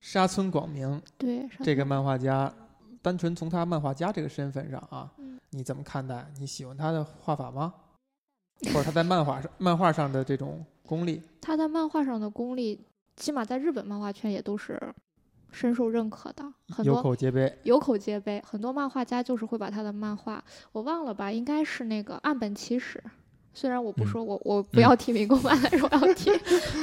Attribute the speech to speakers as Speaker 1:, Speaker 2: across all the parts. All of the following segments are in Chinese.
Speaker 1: 沙村广明
Speaker 2: 对，上
Speaker 1: 这个漫画家，单纯从他漫画家这个身份上啊，
Speaker 2: 嗯
Speaker 1: 你怎么看待？你喜欢他的画法吗？或者他在漫画上漫画上的这种功力？
Speaker 2: 他在漫画上的功力，起码在日本漫画圈也都是深受认可的，很
Speaker 1: 有
Speaker 2: 多
Speaker 1: 口皆碑，
Speaker 2: 有口皆碑。很多漫画家就是会把他的漫画，我忘了吧，应该是那个岸本齐史。虽然我不
Speaker 3: 嗯
Speaker 2: 说，我我不要提民工漫，但是我要提，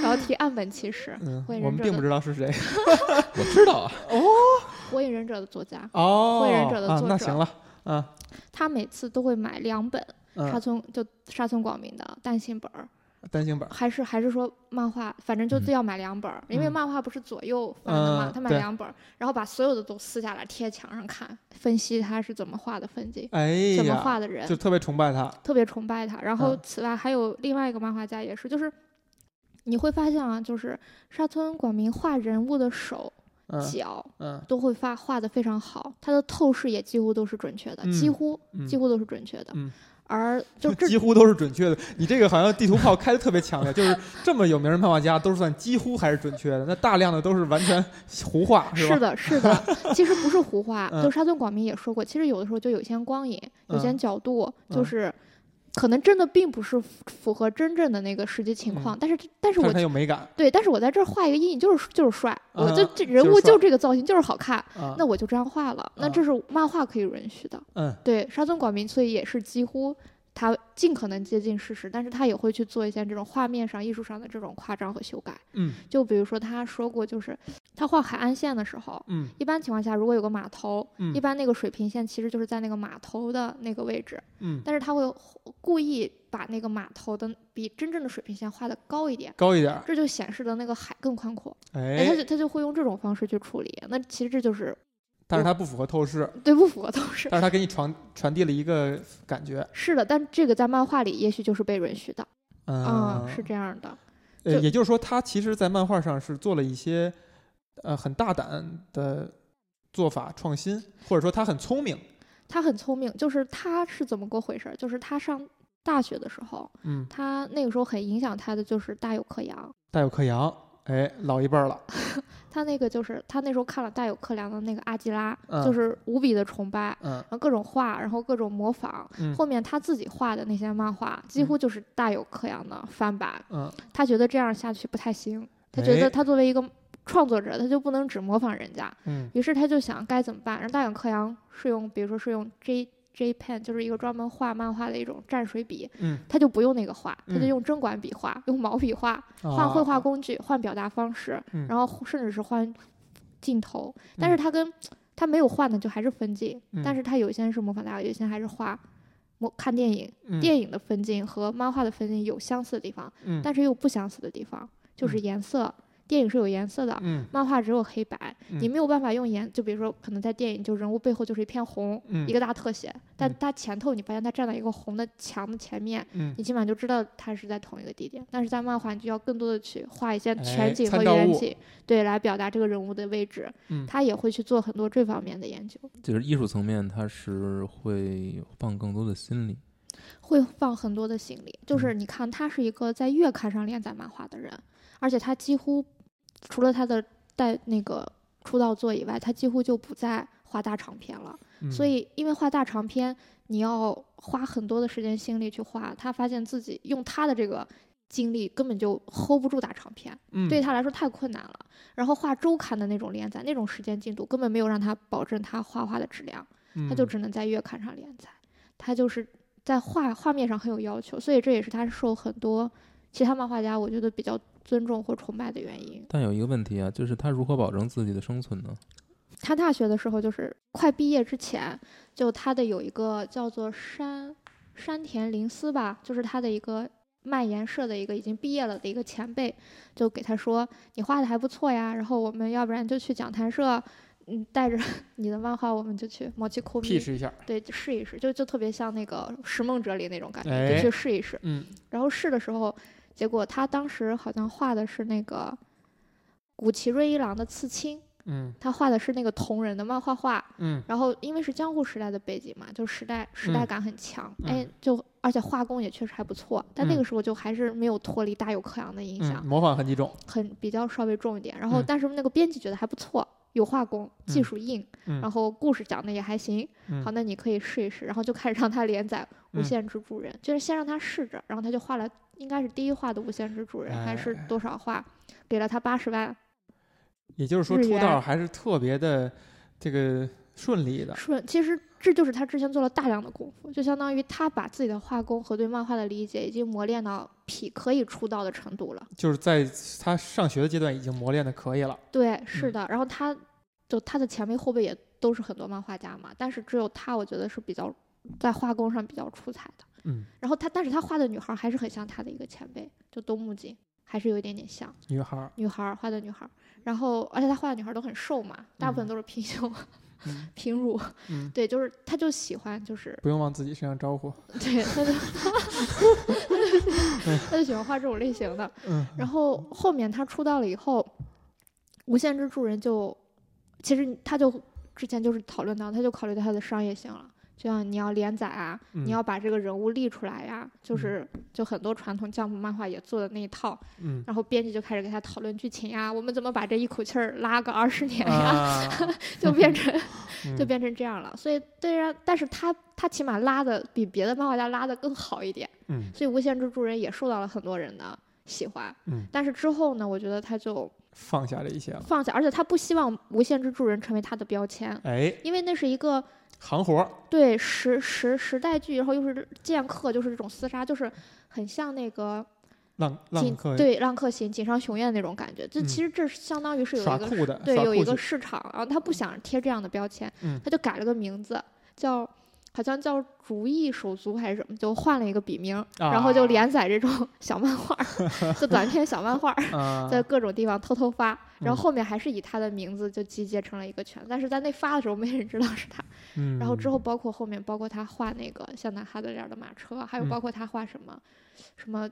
Speaker 2: 我要提岸本 齐史，
Speaker 1: 嗯，
Speaker 2: 会
Speaker 1: 我们
Speaker 2: 忍者
Speaker 1: 并
Speaker 2: 的
Speaker 1: 不知道是谁
Speaker 3: 我知道啊，
Speaker 2: 《火影忍者》的作家。
Speaker 1: 哦。
Speaker 2: 会忍者的
Speaker 1: 啊，
Speaker 2: 作
Speaker 1: 那
Speaker 2: 者
Speaker 1: 行了，啊，
Speaker 2: 他每次都会买两本沙
Speaker 1: 嗯，
Speaker 2: 村就沙村广明的单行本儿，
Speaker 1: 单行本儿，
Speaker 2: 还是还是说漫画，反正就
Speaker 3: 嗯
Speaker 2: 要买两本儿，因为
Speaker 1: 嗯
Speaker 2: 漫画不是左右翻的嘛，
Speaker 1: 嗯
Speaker 2: 他买
Speaker 1: 对
Speaker 2: 两本儿，然后把所有的都撕下来贴墙上看，分析他是怎么画的风景，
Speaker 1: 哎
Speaker 2: 怎么
Speaker 1: 呀，
Speaker 2: 画的人
Speaker 1: 就，特别崇拜他，
Speaker 2: 特别崇拜他。然后
Speaker 1: 嗯
Speaker 2: 此外还有另外一个漫画家也是，就是你会发现啊，就是沙村广明画人物的手、
Speaker 1: 嗯
Speaker 2: 脚
Speaker 1: 嗯
Speaker 2: 都会发画的非常好，他的透视也几乎都是准确的，几
Speaker 1: 嗯
Speaker 2: 乎
Speaker 1: 嗯，
Speaker 2: 几乎都是准确的。
Speaker 1: 嗯
Speaker 2: 而 就这
Speaker 1: 几乎都是准确的。你这个好像地图炮开的特别强烈，就是这么有名的漫画家都是算几乎还是准确的，那大量的都是完全胡画，是吧？
Speaker 2: 是的，是 的，其实不是胡话，
Speaker 1: 嗯
Speaker 2: 就沙村广明也说过，其实有的时候就有些光影、有些
Speaker 1: 嗯
Speaker 2: 角度，就
Speaker 1: 嗯
Speaker 2: 是可能真的并不是符符合真正的那个实际情
Speaker 1: 嗯
Speaker 2: 况，但是但是
Speaker 1: 但
Speaker 2: 我
Speaker 1: 是他有美感
Speaker 2: 对，但是我在这儿画一个阴影，就是就是帅，我就
Speaker 1: 嗯
Speaker 2: 这人
Speaker 1: 就是
Speaker 2: 物
Speaker 1: 帅
Speaker 2: 就这个造型就是好看，
Speaker 1: 啊。
Speaker 2: 那我就这样画了，那
Speaker 1: 嗯
Speaker 2: 这是漫画可以允许的。
Speaker 1: 嗯
Speaker 2: 对，沙村广明所以也是几乎。他尽可能接近事实，但是他也会去做一些这种画面上、艺术上的这种夸张和修改。
Speaker 1: 嗯
Speaker 2: 就比如说，他说过，就是他画海岸线的时候，
Speaker 1: 嗯
Speaker 2: 一般情况下，如果有个码头，
Speaker 1: 嗯
Speaker 2: 一般那个水平线其实就是在那个码头的那个位置，
Speaker 1: 嗯，
Speaker 2: 但是他会故意把那个码头的比真正的水平线画的高一点，
Speaker 1: 高一点儿，
Speaker 2: 这就显示的那个海更宽阔。哎，他
Speaker 1: 哎
Speaker 2: 就，他就会用这种方式去处理，那其实这就是
Speaker 1: 但是它不符合透视，
Speaker 2: 对不符合透视。
Speaker 1: 但是它给你传传递了一个感觉，
Speaker 2: 是的，但这个在漫画里也许就是被允许的，
Speaker 1: 嗯，
Speaker 2: 嗯，是这样的，
Speaker 1: 呃
Speaker 2: 就
Speaker 1: 也就是说，他其实，在漫画上是做了一些呃很大胆的做法创新，或者说他很聪明，
Speaker 2: 他很聪明，就是他是怎么个回事儿？就是他上大学的时候，
Speaker 1: 嗯，
Speaker 2: 他那个时候很影响他的就是大有克洋，
Speaker 1: 大有克洋，哎，老一辈儿了，
Speaker 2: 他那个就是他那时候看了大有克洋的那个阿基拉，
Speaker 1: 嗯
Speaker 2: 就是无比的崇拜，
Speaker 1: 嗯
Speaker 2: 然后各种画，然后各种模仿。
Speaker 1: 嗯
Speaker 2: 后面他自己画的那些漫画，几乎就是大有克洋的翻版。
Speaker 1: 嗯，
Speaker 2: 他觉得这样下去不太行，他觉
Speaker 1: 哎
Speaker 2: 得他作为一个创作者，他就不能只模仿人家。
Speaker 1: 嗯
Speaker 2: 于是他就想该怎么办？让大有克洋是用，比如说是用 J J Pen，就是一个专门画漫画的一种蘸水笔，
Speaker 1: 嗯，
Speaker 2: 他就不用那个画，他就
Speaker 1: 嗯
Speaker 2: 用针管笔画，用毛笔画，
Speaker 1: 啊
Speaker 2: 换绘画工具，换表达方式，
Speaker 1: 嗯
Speaker 2: 然后甚至是换镜头。但是他跟他没有换的就还是分镜，
Speaker 1: 嗯
Speaker 2: 但是他有些是模仿大家，有些还是画模看电影，
Speaker 1: 嗯
Speaker 2: 电影的分镜和漫画的分镜有相似的地方，
Speaker 1: 嗯
Speaker 2: 但是又不相似的地方，就是
Speaker 1: 嗯
Speaker 2: 颜色。电影是有颜色的，
Speaker 1: 嗯
Speaker 2: 漫画只有黑白，你
Speaker 1: 嗯
Speaker 2: 没有办法用颜，就比如说可能在电影就人物背后就是一片红。
Speaker 1: 嗯
Speaker 2: 一个大特写，但
Speaker 1: 嗯
Speaker 2: 他前头你发现他站在一个红的墙的前面，
Speaker 1: 嗯
Speaker 2: 你起码就知道它是在同一个地点。但是在漫画，你就要更多的去画一些
Speaker 1: 哎
Speaker 2: 全景
Speaker 1: 参
Speaker 2: 和
Speaker 1: 照
Speaker 2: 远
Speaker 1: 物
Speaker 2: 景，对，来表达这个人物的位置。
Speaker 1: 嗯
Speaker 2: 他也会去做很多这方面的研究，
Speaker 3: 就是艺术层面，它是会放更多的心理。
Speaker 2: 会放很多的心力。就是
Speaker 1: 嗯
Speaker 2: 你看，他是一个在月刊上连载漫画的人，而且他几乎除了他的带那个出道作以外，他几乎就不再画大长篇了。
Speaker 1: 嗯
Speaker 2: 所以，因为画大长篇，你要花很多的时间心力去画。他发现自己用他的这个精力根本就 hold 不住大长篇，
Speaker 1: 嗯
Speaker 2: 对他来说太困难了。然后画周刊的那种连载，那种时间进度根本没有让他保证他画画的质量，他就
Speaker 1: 嗯
Speaker 2: 只能在月刊上连载。他就是在画画面上很有要求，所以这也是他受很多其他漫画家我觉得比较尊重或崇拜的原因。
Speaker 3: 但有一个问题啊，就是他如何保证自己的生存呢？
Speaker 2: 他大学的时候就是快毕业之前，就他的有一个叫做山山田绫司吧，就是他的一个卖研社的一个已经毕业了的一个前辈，就给他说你画的还不错呀，然后我们要不然就去讲谈社，嗯，带着 你的漫画我们就去毛奇库米，
Speaker 1: pitch 嗯一下，
Speaker 2: 对，就试一试，就就特别像那个《拾梦者》里那种感觉，
Speaker 1: 哎
Speaker 2: 就去试一试。
Speaker 1: 嗯
Speaker 2: 然后试的时候，结果他当时好像画的是那个古崎润一郎的《刺青》。
Speaker 1: 嗯
Speaker 2: 他画的是那个铜人的漫画画，
Speaker 1: 嗯
Speaker 2: 然后因为是江户时代的背景嘛，就时代时代
Speaker 1: 嗯
Speaker 2: 感很强，
Speaker 1: 嗯
Speaker 2: 哎，就而且画工也确实还不错，但那
Speaker 1: 嗯
Speaker 2: 个时候就还是没有脱离大有克洋的影响
Speaker 1: 嗯，，模仿痕迹重，
Speaker 2: 很比较稍微重一点。然后
Speaker 1: 嗯
Speaker 2: 但是那个编辑觉得还不错，有画工，技
Speaker 1: 嗯
Speaker 2: 术硬，
Speaker 1: 嗯
Speaker 2: 然后故事讲的也还行，
Speaker 1: 嗯
Speaker 2: 好，那你可以试一试。然后就开始让他连载《无
Speaker 1: 嗯
Speaker 2: 限制主人》就是先让他试着，然后他就画了，应该是第一画的《无限制主人》还是
Speaker 1: 哎
Speaker 2: 多少画，给了他八十万，
Speaker 1: 也就是说
Speaker 2: 日
Speaker 1: 出
Speaker 2: 元
Speaker 1: 道还是特别的这个顺利的，
Speaker 2: 顺，其实这就是他之前做了大量的功夫，就相当于他把自己的画工和对漫画的理解已经磨练到匹可以出道的程度了。
Speaker 1: 就是在他上学的阶段已经磨练的可以了，
Speaker 2: 对，
Speaker 1: 嗯
Speaker 2: 是的。然后他就他的前辈后辈也都是很多漫画家嘛，但是只有他我觉得是比较在画工上比较出彩的。
Speaker 1: 嗯，
Speaker 2: 然后他，但是他画的女孩还是很像他的一个前辈，就东木井，还是有一点点像
Speaker 1: 女孩儿，
Speaker 2: 女孩儿画的女孩儿。然后，而且他画的女孩儿都很瘦嘛，大部分
Speaker 1: 嗯
Speaker 2: 都是平胸、
Speaker 1: 嗯
Speaker 2: 平乳。
Speaker 1: 嗯，
Speaker 2: 对，就是他就喜欢就是
Speaker 1: 不用往自己身上招呼，
Speaker 2: 对，他就他就喜欢画这种类型的。
Speaker 1: 嗯
Speaker 2: 然后后面他出道了以后，《无限之助人就》其实他就之前就是讨论到，他就考虑到他的商业性了。就像你要连载啊，
Speaker 1: 嗯
Speaker 2: 你要把这个人物立出来呀、就是就很多传统江湖漫画也做的那一套，
Speaker 1: 嗯
Speaker 2: 然后编辑就开始给他讨论剧情呀，我们怎么把这一口气儿拉个二十年呀，
Speaker 1: 啊，
Speaker 2: 就 变成就
Speaker 1: 嗯
Speaker 2: 变成这样了。所以对然，但是他他起码拉的比别的漫画家拉的更好一点，
Speaker 1: 嗯
Speaker 2: 所以《无限制助人》也受到了很多人的喜欢。
Speaker 1: 嗯
Speaker 2: 但是之后呢，我觉得他就
Speaker 1: 放下这一些了，
Speaker 2: 放下，而且他不希望《无限制助人》成为他的标签，
Speaker 1: 哎，
Speaker 2: 因为那是一个
Speaker 1: 行活儿，
Speaker 2: 对时时时代剧，然后又是剑客，就是这种厮杀，就是很像那个
Speaker 1: 浪浪
Speaker 2: 锦
Speaker 1: 客嗯
Speaker 2: 对浪客行、锦上雄彦那种感觉。这其实这是相当于是有
Speaker 1: 耍
Speaker 2: 一个
Speaker 1: 酷的，
Speaker 2: 对
Speaker 1: 耍
Speaker 2: 有
Speaker 1: 酷
Speaker 2: 一个
Speaker 1: 去
Speaker 2: 市场，然后他不想贴这样的标签，
Speaker 1: 嗯
Speaker 2: 他就改了个名字，叫好像叫“竹艺手足”还是什么，就换了一个笔名，然后就
Speaker 1: 啊
Speaker 2: 连载这种 小漫画儿，就短篇小漫画儿，
Speaker 1: 啊
Speaker 2: 在各种地方偷偷发，然
Speaker 1: 嗯
Speaker 2: 后后面还是以他的名字就集结成了一个圈，但是在那发的时候没人知道是他，
Speaker 1: 嗯，
Speaker 2: 然后之后包括后面包括他画那个像南哈德这样的马车，还有
Speaker 1: 嗯
Speaker 2: 包括他画什么什么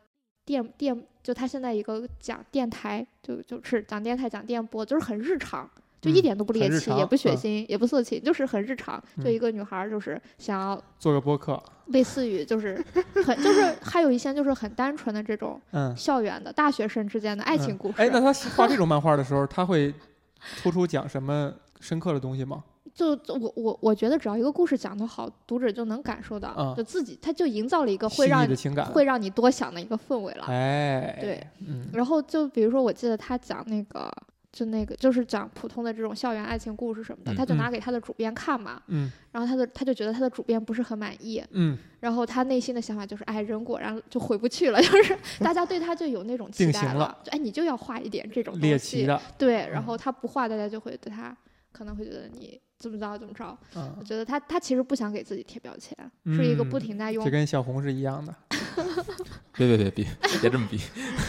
Speaker 2: 电电，就他现在一个讲电台，就就是讲电台讲电波，就是很日常。就一
Speaker 1: 嗯
Speaker 2: 点都不
Speaker 1: 很
Speaker 2: 猎
Speaker 1: 日
Speaker 2: 奇，也
Speaker 1: 常
Speaker 2: 不血
Speaker 1: 嗯
Speaker 2: 腥，也不色情，就是很日常。就
Speaker 1: 嗯
Speaker 2: 一个女孩，就是想要
Speaker 1: 做个播客，
Speaker 2: 类似于就是很就是还有一些就是很单纯的这种
Speaker 1: 嗯，
Speaker 2: 校园的大学生之间的爱情
Speaker 1: 嗯
Speaker 2: 故事。
Speaker 1: 哎，那他画这种漫画的时候，他会突出讲什么深刻的东西吗？
Speaker 2: 就就我我我觉得只要一个故事讲得好，读者就能感受到，
Speaker 1: 嗯
Speaker 2: 就自己他就营造了一个
Speaker 1: 细
Speaker 2: 会
Speaker 1: 腻
Speaker 2: 让
Speaker 1: 的情感，
Speaker 2: 会让你多想的一个氛围了。
Speaker 1: 哎，
Speaker 2: 对，
Speaker 1: 嗯
Speaker 2: 然后就比如说，我记得他讲那个。就那个就是讲普通的这种校园爱情故事什么的，
Speaker 3: 嗯
Speaker 2: 他就拿
Speaker 1: 嗯
Speaker 2: 给他的主编看嘛，
Speaker 1: 嗯
Speaker 2: 然后他的他就觉得他的主编不是很满意，
Speaker 1: 嗯，
Speaker 2: 然后他内心的想法就是，哎，人果然就回不去了， 就是大家对他就有那种期
Speaker 1: 定
Speaker 2: 待
Speaker 1: 型
Speaker 2: 了，
Speaker 1: 了
Speaker 2: 就哎，你就要画一点这种东
Speaker 1: 猎
Speaker 2: 西啊
Speaker 1: 奇的，
Speaker 2: 对，
Speaker 1: 嗯
Speaker 2: 然后他不画，大家就会对他可能会觉得你怎么着怎么着。
Speaker 1: 嗯
Speaker 2: 我，觉得他他其实不想给自己贴标签，是一个
Speaker 1: 嗯
Speaker 2: 不停在用
Speaker 1: 这。跟小红是一样的，
Speaker 3: 别别别别别这么比。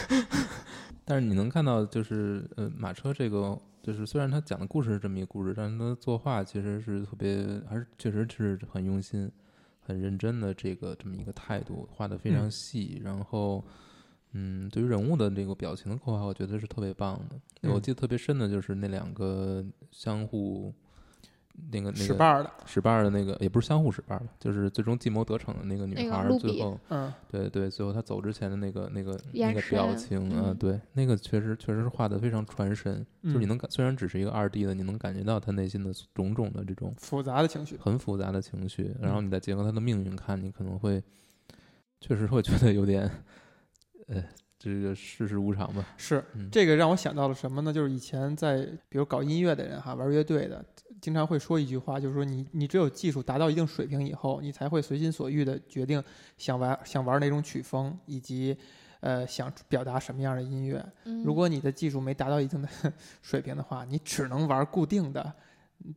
Speaker 3: 但是你能看到，就是呃，马车这个，就是虽然他讲的故事是这么一个故事，但是他作画其实是特别，还是确实是很用心、很认真的这个这么一个态度，画的非常
Speaker 1: 嗯
Speaker 3: 细。然后，嗯，对于人物的这个表情的刻画，我觉得是特别棒的。我
Speaker 1: 嗯
Speaker 3: 记得特别深的就是那两个相互。那个那
Speaker 1: 使
Speaker 3: 个
Speaker 1: 绊儿的，
Speaker 3: 使绊儿的那个，也不是相互使绊儿吧，就是最终计谋得逞的那个女
Speaker 2: 那个
Speaker 3: 孩儿，
Speaker 2: 露
Speaker 3: 最
Speaker 2: 比
Speaker 3: 后
Speaker 1: 嗯
Speaker 3: 对对，最后他走之前的那个那个那
Speaker 2: 眼
Speaker 3: 个表
Speaker 2: 神
Speaker 3: 情啊、
Speaker 2: 嗯
Speaker 3: 对，那个确实确实是画的非常传神，就是你
Speaker 1: 嗯
Speaker 3: 能感，虽然只是一个二 D 的，你能感觉到他内心的种种的这种
Speaker 1: 复杂的情绪，
Speaker 3: 很复杂的情绪，然后
Speaker 1: 嗯
Speaker 3: 你再结合他的命运看，你可能会确实会觉得有点，呃，这个世事无常吧，
Speaker 1: 是
Speaker 3: 嗯
Speaker 1: 这个让我想到了什么呢？就是以前在比如搞音乐的人哈，玩乐队的，经常会说一句话，就是说你你只有技术达到一定水平以后，你才会随心所欲的决定想玩想玩哪种曲风，以及呃想表达什么样的音乐。
Speaker 2: 嗯
Speaker 1: 如果你的技术没达到一定的 水平的话，你只能玩固定的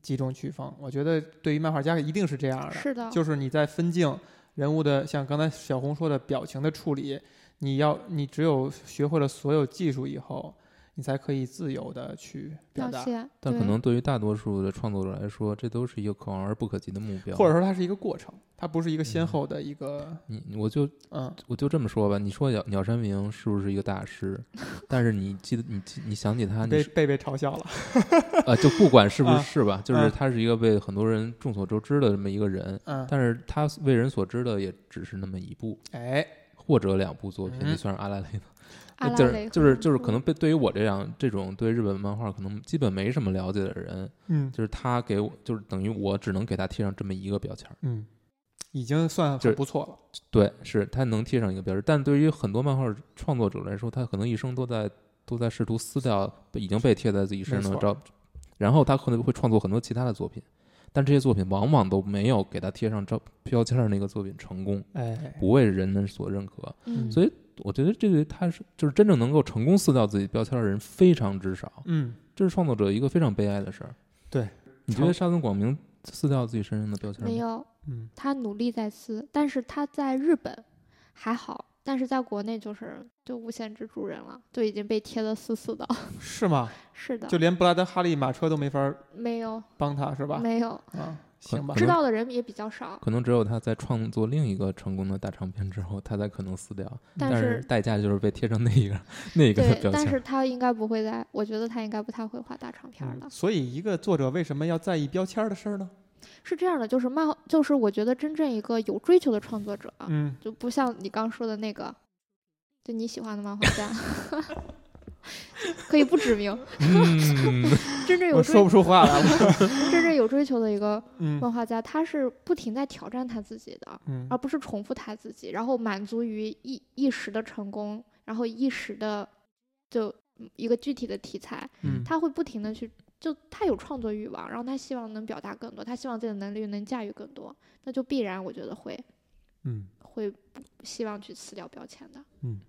Speaker 1: 几种曲风。我觉得对于漫画家一定是这样的，
Speaker 2: 是的，
Speaker 1: 就是你在分镜人物的，像刚才小红说的表情的处理，你要你只有学会了所有技术以后，你才可以自由的去表
Speaker 2: 表
Speaker 1: 达，
Speaker 2: 现，
Speaker 3: 但可
Speaker 2: 对
Speaker 3: 能对于大多数的创作者来说，这都是一个可望而不可及的目标。
Speaker 1: 或者说它是一个过程，它不是一个先
Speaker 3: 嗯
Speaker 1: 后的一个
Speaker 3: 你，我就
Speaker 1: 嗯
Speaker 3: 我就这么说吧，你说鸟鸟山明是不是一个 大师？但是你记得你记你想起他，你
Speaker 1: 被
Speaker 3: 是
Speaker 1: 被被嘲笑了，
Speaker 3: 呃，就不管是不是
Speaker 1: 啊
Speaker 3: 是吧，就
Speaker 1: 啊
Speaker 3: 是他是一个被很多人众所周知的这么一个人，
Speaker 1: 嗯，
Speaker 3: 但是他为人所知的也只是那么一部
Speaker 1: 哎，
Speaker 3: 或者两部作品，
Speaker 1: 嗯
Speaker 3: 就算是阿拉蕾的，
Speaker 2: 阿拉
Speaker 3: 就
Speaker 2: 蕾
Speaker 3: 是
Speaker 2: 和嗯
Speaker 3: 就是
Speaker 2: 红
Speaker 3: 就是
Speaker 2: 猪
Speaker 3: 可能被对于我这样这种对日本漫画可能基本没什么了解的人，
Speaker 1: 嗯
Speaker 3: 就是他给我就是等于我只能给他贴上这么一个标签儿。
Speaker 1: 嗯，已经算
Speaker 3: 就
Speaker 1: 很
Speaker 3: 是
Speaker 1: 不错了，
Speaker 3: 对，是他能贴上一个标签，但对于很多漫画创作者来说，他可能一生都在都在试图撕掉已经被贴在自己身上
Speaker 1: 没
Speaker 3: 的
Speaker 1: 错
Speaker 3: 照，然后他可能会创作很多其他的作品，但这些作品往往都没有给他贴上照标签的那个作品成功，
Speaker 1: 哎，
Speaker 3: 不为人们所认可。
Speaker 2: 嗯
Speaker 3: 所以我觉得这对他是就是真正能够成功撕掉自己标签的人非常之少，
Speaker 1: 嗯，
Speaker 3: 这是创作者一个非常悲哀的事儿。
Speaker 1: 对，
Speaker 3: 你觉得沙僧广明撕掉自己身上的标签
Speaker 2: 没
Speaker 3: 吗？
Speaker 2: 有，
Speaker 1: 嗯，
Speaker 2: 他努力在撕，但是他在日本还好，但是在国内就是就无限制住人了，就已经被贴的死死的。
Speaker 3: 嗯
Speaker 1: 是吗？
Speaker 2: 是的，
Speaker 1: 就连布拉德哈利马车都没法
Speaker 2: 没有
Speaker 1: 帮他是吧？
Speaker 2: 没有，
Speaker 1: 啊，行吧
Speaker 3: 嗯可，
Speaker 2: 知
Speaker 3: 能
Speaker 2: 道的人也比较少，
Speaker 3: 可能只有他在创作另一个成功的大长篇之后，他才可能撕掉。
Speaker 2: 但
Speaker 3: 但
Speaker 2: 是
Speaker 3: 代价就是被贴上那一个那一个的
Speaker 2: 对，
Speaker 3: 标
Speaker 2: 但
Speaker 3: 签
Speaker 2: 是。他应该不会在，我觉得他应该不太会画大长片儿
Speaker 1: 嗯
Speaker 2: 的。
Speaker 1: 所以一个作者为什么要在意标签儿的事儿呢？
Speaker 2: 是这样的，就是漫，就是我觉得真正一个有追求的创作者，啊
Speaker 1: 嗯，
Speaker 2: 就不像你刚说的那个，就你喜欢的漫画家， 可以不 指名，
Speaker 3: 嗯，
Speaker 2: 真正有
Speaker 1: 我说
Speaker 2: 追
Speaker 1: 不出话来了，
Speaker 2: 真正有追求的一个漫
Speaker 1: 嗯
Speaker 2: 画家，他是不停在挑战他自己的，
Speaker 1: 嗯
Speaker 2: 而不是重复他自己，然后满足于一一时的成功，然后一时的就一个具体的题材，
Speaker 1: 嗯
Speaker 2: 他会不停的去，就他有创作欲望，然后他希望能表达更多，他希望自己的能力能驾驭更多，那就必然我觉得会
Speaker 1: 嗯，
Speaker 2: 会不希望去撕掉标签的。
Speaker 1: 嗯，